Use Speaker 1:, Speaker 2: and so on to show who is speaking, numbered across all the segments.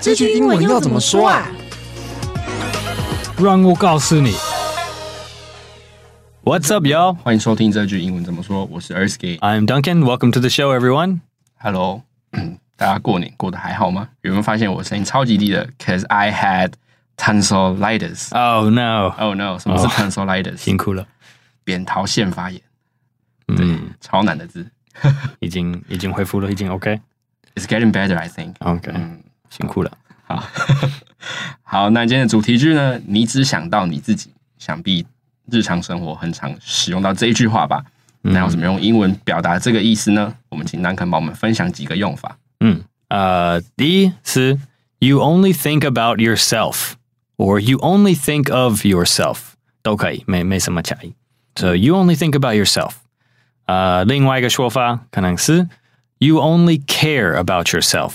Speaker 1: 这句英文要怎么说啊？
Speaker 2: 让我告诉你
Speaker 3: What's up, y'all?
Speaker 4: 欢迎收听这句英文怎么说，我是 Ersky。
Speaker 3: I'm Duncan. Welcome to the show, everyone.
Speaker 4: Hello，大 家过年过得还好吗？有没有发现我声音超级低的？Cause I had tonsillitis。
Speaker 3: Oh no，
Speaker 4: Oh no，什么是
Speaker 3: 哦
Speaker 4: tonsillitis？
Speaker 3: 辛苦了，
Speaker 4: 扁桃腺发炎，
Speaker 3: 嗯，
Speaker 4: 超难的字。
Speaker 3: 已经已经恢复了，已经 OK
Speaker 4: It's getting better, I think。
Speaker 3: OK，、
Speaker 4: 嗯，
Speaker 3: 辛苦了。
Speaker 4: 好，好，那今天的主题句呢？你只想到你自己，想必日常生活很常使用到这一句话吧？
Speaker 3: 嗯
Speaker 4: 那要怎么用英文表达这个意思呢？我们请 Duncan 帮我们分享几个用法。
Speaker 3: 嗯，呃，第一是 Uh, You only think about yourself, or you only think of yourself，都可以，没没什么差异。So you only think about yourself。呃，Uh, 另外一个说法可能是 You only care about yourself。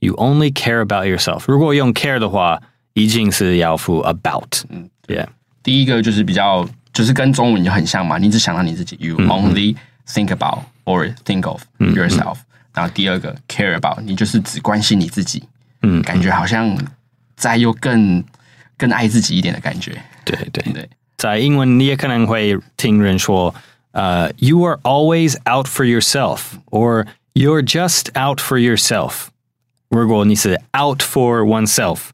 Speaker 3: You only care about yourself。如果用 care 的话，一定是要付 about。嗯，Yeah。
Speaker 4: 第一个就是比较，就是跟中文就很像嘛，你只想到你自己，you
Speaker 3: 嗯
Speaker 4: only think about or think of yourself。然后第二个 care about，你就是只关心你自己，
Speaker 3: 嗯
Speaker 4: 感觉好像再又更更爱自己一点的感觉，
Speaker 3: 对对
Speaker 4: 对。
Speaker 3: 在英文你也可能会听人说，呃、y o u are always out for yourself, or you're just out for yourself。如果你是 out for oneself，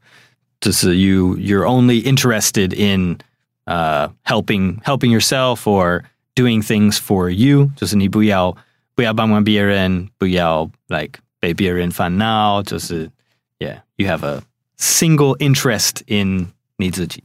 Speaker 3: 就是 you you're only interested in 呃、helping helping yourself or doing things for you，就是你不要不要帮忙别人，不要 like 被别人烦恼，就是 yeah you have a single interest in 你自己。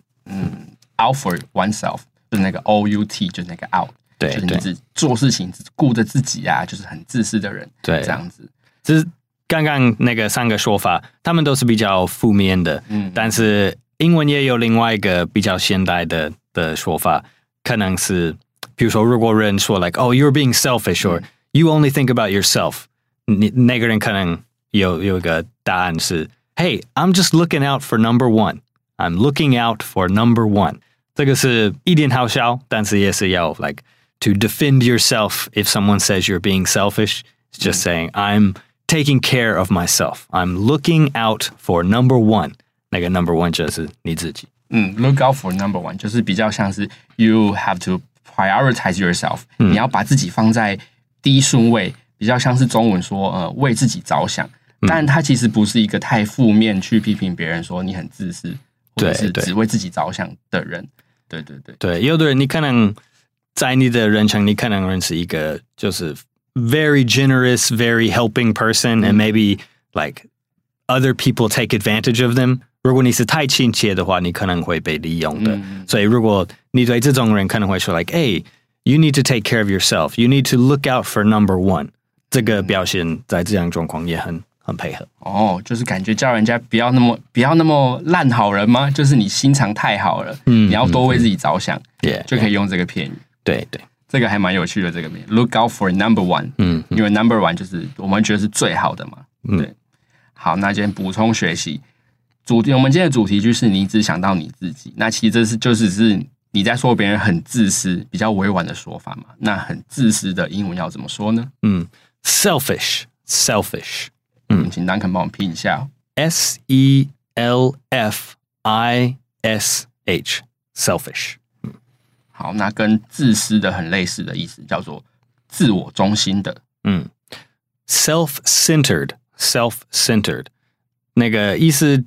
Speaker 4: out for oneself，就是那个 O U T，就是那个 out，
Speaker 3: 对
Speaker 4: 就是你
Speaker 3: 对
Speaker 4: 只做事情只顾着自己啊，就是很自私的人，
Speaker 3: 对
Speaker 4: 这样子，
Speaker 3: 就是刚刚那个三个说法，他们都是比较负面的，
Speaker 4: 嗯
Speaker 3: 但是英文也有另外一个比较现代的的说法，可能是比如说，如果人说 like oh you're being selfish or you only think about yourself，你那个人可能有有一个答案是 hey I'm just looking out for number one。I'm looking out for number one. 这个是一点好笑，但是也是要 like to defend yourself if someone says you're being selfish. It's just saying I'm taking care of myself. I'm looking out for number one. 那个 number one 就是你自己。
Speaker 4: 嗯，look out for number one，就是比较像是 you have to prioritize yourself，、你要把自己放在第一顺位，比较像是中文说呃为自己着想，但它其实不是一个太负面去批评别人说你很自私，或者
Speaker 3: 对
Speaker 4: 是
Speaker 3: 对
Speaker 4: 只为自己着想的人，对对对，
Speaker 3: 对，有的人你可能在你的人生，你可能认识一个就是 very generous, very helping person, and maybe like other people take advantage of them。如果你是太亲切的话，你可能会被利用的。所以如果你对这种人可能会说 like, hey, you need to take care of yourself. You need to look out for number one。这个表现在这样状况也很很配合。
Speaker 4: 哦，就是感觉叫人家不要那么不要那么烂好人吗？就是你心肠太好了，嗯，你要多为自己着想，
Speaker 3: Yeah，
Speaker 4: 就可以用这个片语。
Speaker 3: 对对，
Speaker 4: 这个还蛮有趣的，这个名 “look out for number one”，嗯，因为 number one 就是我们觉得是最好的嘛，
Speaker 3: 嗯
Speaker 4: 对。好，那今天补充学习主题，我们今天的主题就是你只想到你自己。那其实这是就只是你在说别人很自私，比较委婉的说法嘛。那很自私的英文要怎么说呢？
Speaker 3: 嗯，selfish，selfish。selfish
Speaker 4: 嗯，请 Duncan 帮我们拼一下哦、
Speaker 3: S E L F I S H. Selfish.
Speaker 4: 好，那跟自私的很类似的意思，叫做自我中心的。
Speaker 3: Self centered. Self centered. 那个意思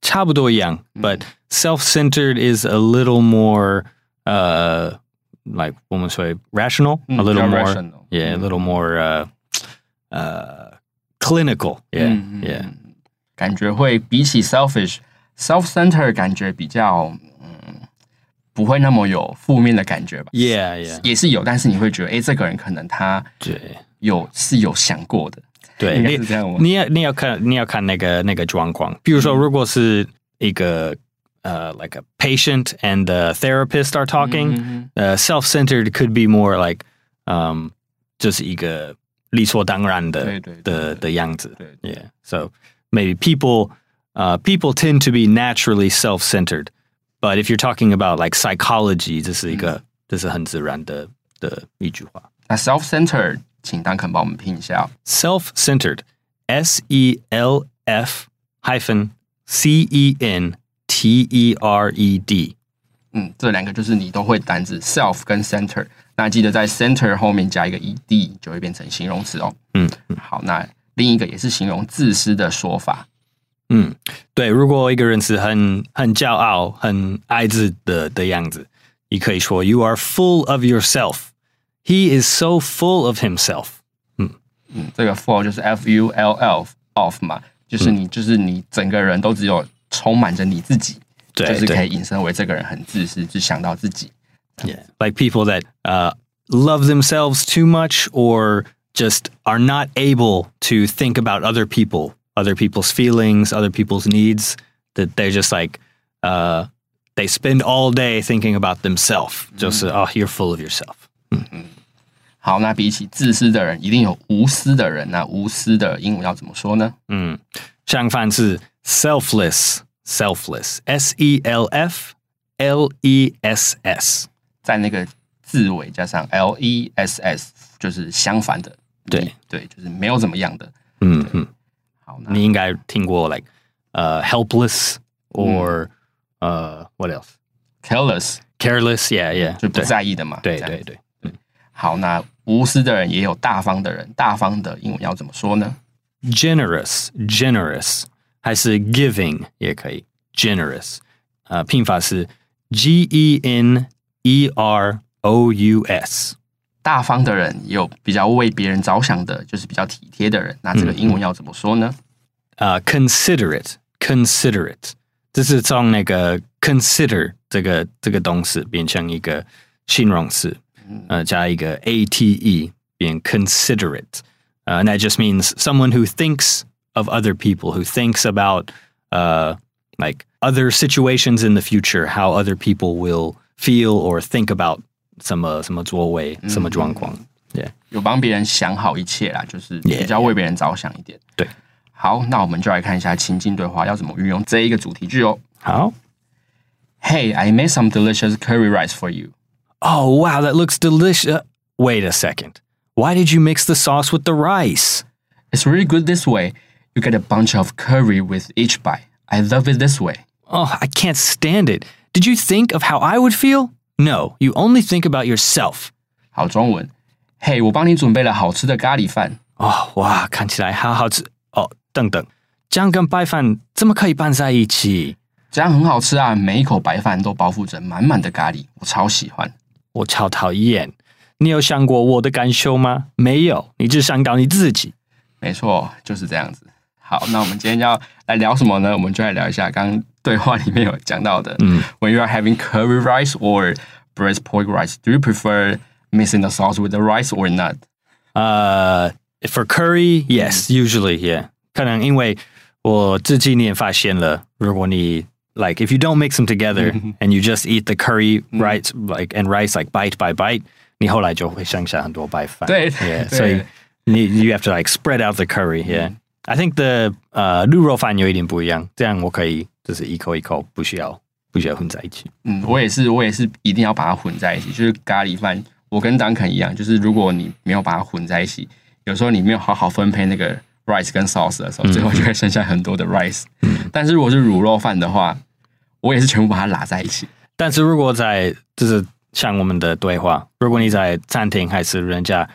Speaker 3: 差不多一样, but self centered is a little more uh like 我们说 rational, a
Speaker 4: 嗯，
Speaker 3: little
Speaker 4: 比较
Speaker 3: more
Speaker 4: rational，
Speaker 3: yeah, a
Speaker 4: 嗯。
Speaker 3: little more uh uh clinical. Yeah.
Speaker 4: 嗯
Speaker 3: Yeah.
Speaker 4: 嗯感觉会比起 selfish self center 感觉比较嗯，不会那么有负面的感觉吧？
Speaker 3: Yeah, yeah.
Speaker 4: 也是有，但是你会觉得，哎、这个人可能他
Speaker 3: 对。
Speaker 4: 有是有想过的，
Speaker 3: 对，
Speaker 4: 应该
Speaker 3: 你
Speaker 4: 是这样吗
Speaker 3: 你要你要看你要看那个那个状况。比如说，如果是一个呃、like a patient and the therapist are talking，、呃、self-centered could be more like 嗯、就是一个理所当然的
Speaker 4: 对对对
Speaker 3: 的的样子。
Speaker 4: 对
Speaker 3: Yeah. So maybe people uh, people tend to be naturally self-centered, but if you're talking about like psychology，这是一个、这是很自然的的一句话。
Speaker 4: 那 self center，请 Duncan 帮我们拼一下哦、
Speaker 3: self-centered, S E L F hyphen C E N T E R E D。
Speaker 4: 嗯，这两个就是你都会单字 self 跟 center。那记得在 center 后面加一个 ed，就会变成形容词哦。
Speaker 3: 嗯
Speaker 4: 好，那另一个也是形容自私的说法。
Speaker 3: 嗯，对，如果一个人是很很骄傲、很爱自的的样子，你可以说 “You are full of yourself”。He is so full of himself。
Speaker 4: 嗯，这个 full 就是 f u l l off 嘛，就是
Speaker 3: 嗯
Speaker 4: 你就是你整个人都只有充满着你自己，
Speaker 3: 对，
Speaker 4: 就是
Speaker 3: 对
Speaker 4: 可以引申为这个人很自私，只想到自己。
Speaker 3: Yeah. Like people that uh, love themselves too much or just are not able to think about other people, other people's feelings, other people's needs, that they're just like, uh, they spend all day thinking about themselves. Just, oh, you're full of yourself.
Speaker 4: 好，那比起自私的人，一定有无私的人。那无私的英文要怎么说呢？
Speaker 3: 相反是 selfless, selfless, S E L F L E S S.
Speaker 4: 在那个字尾加上 l e s s，就是相反的。
Speaker 3: 对
Speaker 4: 对，就是没有怎么样的。
Speaker 3: 嗯嗯。
Speaker 4: 好，那
Speaker 3: 你应该听过 like 呃、helpless or 呃、what else
Speaker 4: careless
Speaker 3: careless yeah yeah
Speaker 4: 就不在意的嘛。
Speaker 3: 对
Speaker 4: 这样
Speaker 3: 对。对
Speaker 4: 好，那无私的人也有大方的人，大方的英文要怎么说呢？
Speaker 3: 对 generous generous 还是 giving 也可以 generous 呃拼法是 G E N E R O U S
Speaker 4: 大方的人也有比较为别人着想的，就是比较体贴的人。那这个英文要怎么说呢？
Speaker 3: 呃、considerate considerate 这是从那个 uh, consider 这个这个动词变成一个形容词，呃，加一个 a t e 变 considerate，呃、and that just means someone who thinks of other people, who thinks about uh like other situations in the future, how other people will feel or think about uh, 什么什么作为、什么状况，yeah，
Speaker 4: 有帮别人想好一切啦，就是比较为别人着想一点。
Speaker 3: 对，
Speaker 4: 好，那我们就来看一下情境对话要怎么运用这一个主题句哦。
Speaker 3: 好。
Speaker 4: Hey, I made some delicious curry rice for you.
Speaker 3: Oh, wow, that looks delicious. Wait a second. Why did you mix the sauce with the rice?
Speaker 4: It's really good this way. You get a bunch of curry with each bite. I love it this way.
Speaker 3: Oh, I can't stand it. Did you think of how I would feel? No, you only think about yourself.
Speaker 4: 好，中文。嘿、我帮你准备了好吃的咖喱饭。
Speaker 3: Oh, wow, 看起来好好吃哦。等等，酱跟白饭怎么可以拌在一起？我超讨厌。
Speaker 4: 这样很好吃啊！每一口白饭都包覆着满满的咖喱，我超喜欢。
Speaker 3: 你有想过我的感受吗？没有，你只想到你自己。
Speaker 4: 没错，就是这样子。好，那我们今天要来聊什么呢？我们就来聊一下刚刚对话里面有讲到的。嗯，When you are having curry rice or braised pork rice, do you prefer mixing the sauce with the rice or not?
Speaker 3: Uh, for curry, yes,
Speaker 4: Mm.
Speaker 3: usually, yeah. 可能因为我这几年发现了，如果你 like if you don't mix them together
Speaker 4: Mm-hmm.
Speaker 3: and you just eat the curry
Speaker 4: Mm.
Speaker 3: rice like and rice like bite by bite, 你后来就会剩下很多白饭。
Speaker 4: 对，
Speaker 3: yeah.
Speaker 4: 对。Mm.
Speaker 3: So you, you have to like spread out the curry. Yeah. I think the uh 鹿肉饭有一点不一样，这样我可以就是一口一口，不需要不需要混在一起。
Speaker 4: 嗯，我也是，我也是一定要把它混在一起。就是咖喱饭，我跟当肯一样，就是如果你没有把它混在一起，有时候你没有好好分配那个 rice 跟 sauce 的时
Speaker 3: 嗯
Speaker 4: 候，最后就会剩下很多的 rice。但是如果是卤肉饭的话，我也是全部把它拉在 一起。
Speaker 3: 但是如果在就是像我们的对话，如果你在餐厅还是人家，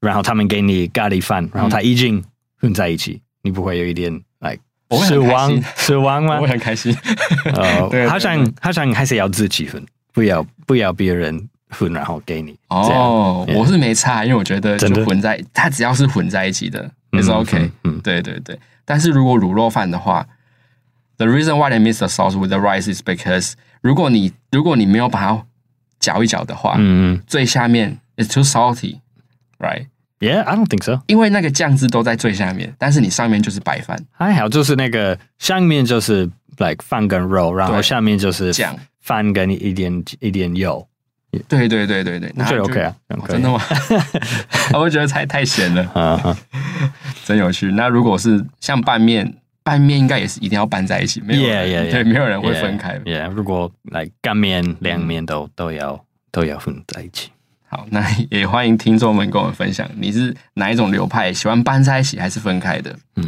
Speaker 3: 然后他们给你咖喱饭，然后它已经混在一起，你不会有一点 like
Speaker 4: 我会
Speaker 3: 失
Speaker 4: 很开
Speaker 3: 望
Speaker 4: 心
Speaker 3: 失望吗
Speaker 4: 我？很开心。 对
Speaker 3: 呃，好像好像还是要自己混，不要不要别人混，然后给你这样
Speaker 4: 哦，我是没差，因为我觉得
Speaker 3: 真的
Speaker 4: 就混在，它只要是混在一起的，it's OK
Speaker 3: 嗯嗯。
Speaker 4: 对对对，但是如果卤肉饭的话，the reason why they mix the sauce with the rice is because 如果你如果你没有把它搅一搅的话，
Speaker 3: 嗯
Speaker 4: 最下面 is too salty，right？
Speaker 3: ，Yeah，I don't think so。
Speaker 4: 因为那个酱汁都在最下面，但是你上面就是白饭，
Speaker 3: 还好就是那个上面就是 like 饭跟肉，然后
Speaker 4: 对
Speaker 3: 下面就是
Speaker 4: 酱
Speaker 3: 饭跟一点一点油，
Speaker 4: 对对对对对，
Speaker 3: 我
Speaker 4: 那
Speaker 3: 觉得
Speaker 4: 就
Speaker 3: OK 啊，这样
Speaker 4: 哦
Speaker 3: 可以
Speaker 4: 真的吗？ 我觉得太太咸了。
Speaker 3: 啊哈。
Speaker 4: 真有趣。那如果是像拌面，拌面应该也是一定要拌在一起，没有
Speaker 3: Yeah,
Speaker 4: 人
Speaker 3: yeah,
Speaker 4: 对，
Speaker 3: yeah.
Speaker 4: 没有人会分开。
Speaker 3: Yeah，如果来干面、凉面都都要都要混在一起。
Speaker 4: 好，那也欢迎听众们跟我们分享，你是哪一种流派，喜欢拌在一起还是分开的？
Speaker 3: 嗯，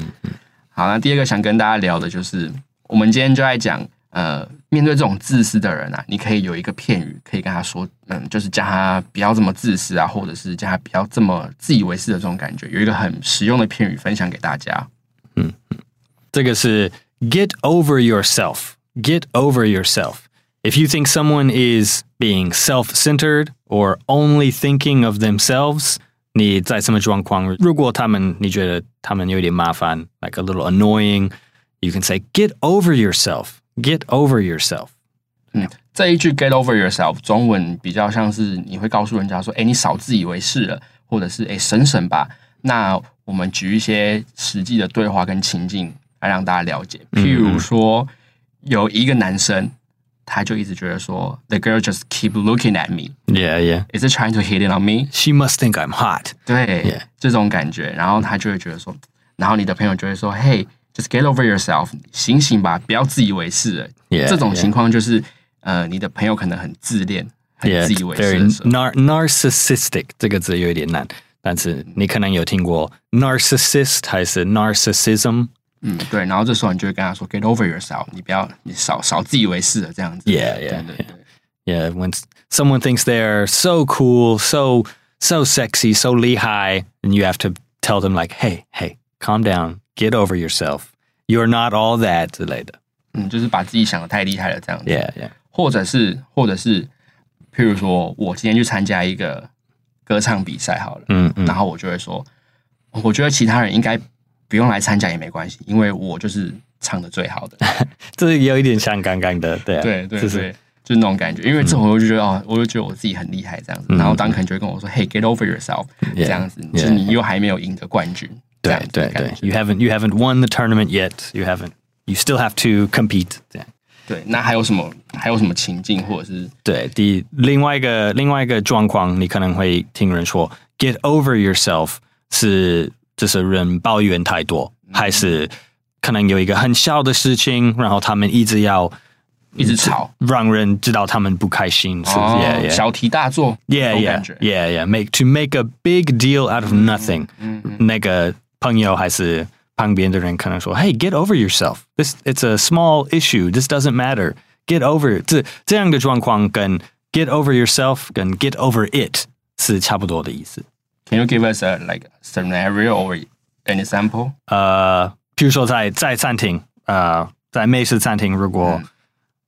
Speaker 4: 好，那第二个想跟大家聊的就是，我们今天就在讲，呃，面对这种自私的人啊，你可以有一个片语，可以跟他说，嗯，就是叫他不要这么自私啊，或者是叫他不要这么自以为是的这种感觉，有一个很实用的片语分享给大家。
Speaker 3: 这个是 get over yourself. Get over yourself. If you think someone is being self-centered or only thinking of themselves, 你在什么状况？如果他们你觉得他们有点麻烦, like a little annoying, you can say get over yourself. Get over yourself.
Speaker 4: 嗯，这一句 “get over yourself” 中文比较像是你会告诉人家说：“哎，你少自以为是了，或者是哎，省省吧。”那我们举一些实际的对话跟情境来让大家了解。譬如说，有一个男生，他就一直觉得说：“The girl just keep looking at me,
Speaker 3: Yeah, yeah.
Speaker 4: is it trying to hit it on me？”
Speaker 3: She must think I'm hot.
Speaker 4: 对
Speaker 3: Yeah.
Speaker 4: 这种感觉，然后他就会觉得说，然后你的朋友就会说：“Hey, just get over yourself，醒醒吧，不要自以为是了。”
Speaker 3: Yeah,
Speaker 4: 这种
Speaker 3: yeah.
Speaker 4: 情况就是，呃，你的朋友可能很自恋、很
Speaker 3: Yeah,
Speaker 4: 自
Speaker 3: it's
Speaker 4: 以为
Speaker 3: very
Speaker 4: 是的时候
Speaker 3: nar narcissistic 这个字有点难，但是你可能有听过 narcissist 还是 narcissism。
Speaker 4: 嗯，对。然后这时候你就会跟他说：“Get over yourself，你不要，你少少自以为是了，这样子。”
Speaker 3: Yeah,
Speaker 4: 对
Speaker 3: yeah,
Speaker 4: 对对
Speaker 3: Yeah, when s- someone thinks they're so cool, so so sexy, so lehigh, and you have to tell them like, "Hey, hey, calm down, get over yourself. You're not all that." 之类的。
Speaker 4: 嗯，就是把自己想的太厉害了，这样子。
Speaker 3: Yeah, yeah.
Speaker 4: 或者是，或者是，譬如说我今天去参加一个歌唱比赛好了，
Speaker 3: 嗯
Speaker 4: 然后我就会说，我觉得其他人应该不用来参加也没关系，因为我就是唱的最好 的。
Speaker 3: 这有一点像刚刚的，对啊，
Speaker 4: 对对
Speaker 3: 就是
Speaker 4: 对，就那种感觉。因为这会我就觉得哦，我就觉得我自己很厉害这样子。然后当可能就会跟我说，Hey, get over yourself，这样子，就是你又还没有赢得冠军。这样子的感觉
Speaker 3: 对，对，对。You haven't you haven't won the tournament yet. You haven't. You still have to compete. 这样。
Speaker 4: 对。那还有什么？还有什么情境或者是？
Speaker 3: 对，第另外一个另外一个状况，你可能会听人说 “get over yourself” 是就是人抱怨太多，还是可能有一个很小的事情，然后他们一直要
Speaker 4: 一
Speaker 3: 嗯
Speaker 4: 直吵，
Speaker 3: 让人知道他们不开心，是不是
Speaker 4: 哦
Speaker 3: ？Yeah, yeah.
Speaker 4: 小题大做，这
Speaker 3: Yeah,
Speaker 4: 种
Speaker 3: yeah,
Speaker 4: 感觉。
Speaker 3: yeah, yeah. Make to make a big deal out of nothing. 那个朋友还是旁边的人可能说，Hey, get over yourself. This it's a small issue. This doesn't matter. Get over it." 这这样的状况跟 get over yourself 跟 get over it 是差不多的意思。
Speaker 4: Can you give us a like scenario or an example？
Speaker 3: 呃，譬如说在在餐厅，呃，在美式餐厅，如果、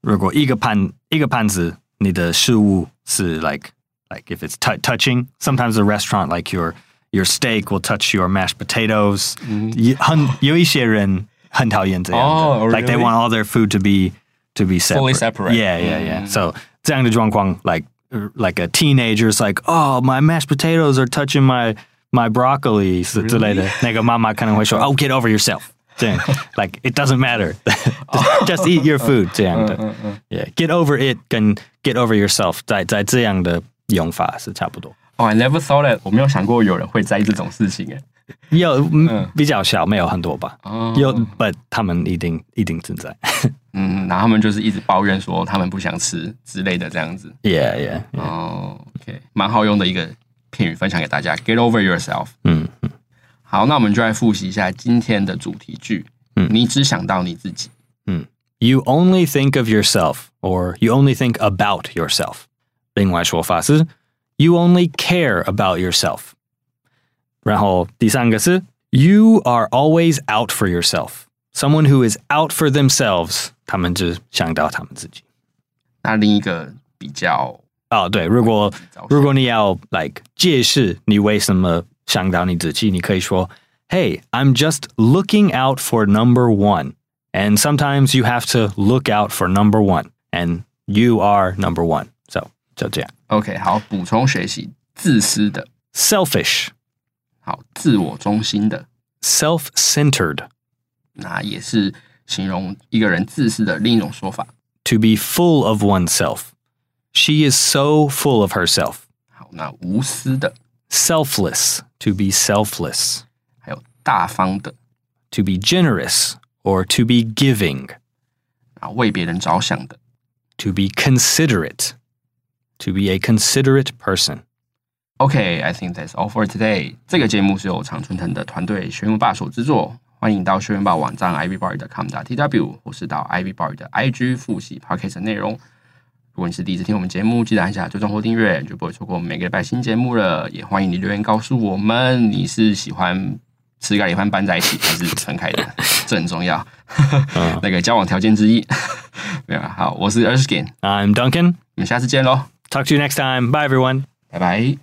Speaker 3: 如果一个盘一个盘子，你的食物是 like like if it's tou- touching, sometimes a restaurant like your your steak will touch your mashed potatoes、也很有一些人很讨厌这样的、
Speaker 4: 哦
Speaker 3: like they
Speaker 4: really？
Speaker 3: want all their food to be to be separate.
Speaker 4: Fully separate. Mm.
Speaker 3: Yeah, yeah, yeah. So 这样的状况，like er, like a teenager's like, oh, my mashed potatoes are touching my my broccoli 是之类的。那个妈妈可能 会说，oh, get over yourself. 这样，like it doesn't matter.
Speaker 4: Oh.
Speaker 3: just, just eat your food 这样
Speaker 4: Uh,
Speaker 3: 的。Yeah, get over it 跟 get over yourself 在在这样的用法是差不多。
Speaker 4: 哦、i never thought that，我没有想过有人会在意这种事情欸诶。
Speaker 3: 有、
Speaker 4: Uh.
Speaker 3: 嗯、比较小，没有很多吧。
Speaker 4: 哦
Speaker 3: 有，but 他们一定一定存在。
Speaker 4: 嗯，然后他们就是一直抱怨说他们不想吃之类的这样子。
Speaker 3: yeah, yeah.
Speaker 4: 哦，OK，蛮好用的一个片语分享给大家，Get over yourself。
Speaker 3: 嗯，
Speaker 4: 好，那我们就来复习一下今天的主题句。嗯，你只想到你自己。
Speaker 3: You only think of yourself, or you only think about yourself. 另外说法是 You only care about yourself. 然后第三个是 You are always out for yourself. Someone who is out for themselves. 他们只想到他们自己。
Speaker 4: 那另一个比较
Speaker 3: 哦，对，如果
Speaker 4: 着想
Speaker 3: 如果你要 like 解释你为什么想到你自己，你可以说，Hey, I'm just looking out for number one, and sometimes you have to look out for number one, and you are number one. So 就这样
Speaker 4: OK，好，补充学习自私的，
Speaker 3: ，selfish,
Speaker 4: 好，自我中心的，
Speaker 3: self-centered,
Speaker 4: 那也是形容一个人自私的另一种说法。
Speaker 3: to be full of oneself. She is so full of herself.
Speaker 4: 好，那无私的，
Speaker 3: Selfless, to be selfless,
Speaker 4: 还有大方的，
Speaker 3: to be generous or to be giving.
Speaker 4: 啊，为别人着想的，
Speaker 3: to be considerate, to be a considerate person.
Speaker 4: OK，I、think that's all for today。这个节目是由常春藤的团队玄武爸所制作，欢迎到学员报网站 ivbar.com t w 或是到 ivbar 的 IG 复习 podcast 的内容。如果你是第一次听我们节目，记得按下追踪或订阅，你就不会错过我们每个礼拜新节目了。也欢迎你留言告诉我们，你是喜欢吃咖喱饭拌在一起，还是分开的？这很重要，那个交往条件之一。没有啊，好，我是 Erskine，
Speaker 3: I'm Duncan.
Speaker 4: 我们下次见喽，
Speaker 3: Talk to you next time. Bye, everyone.
Speaker 4: 拜拜。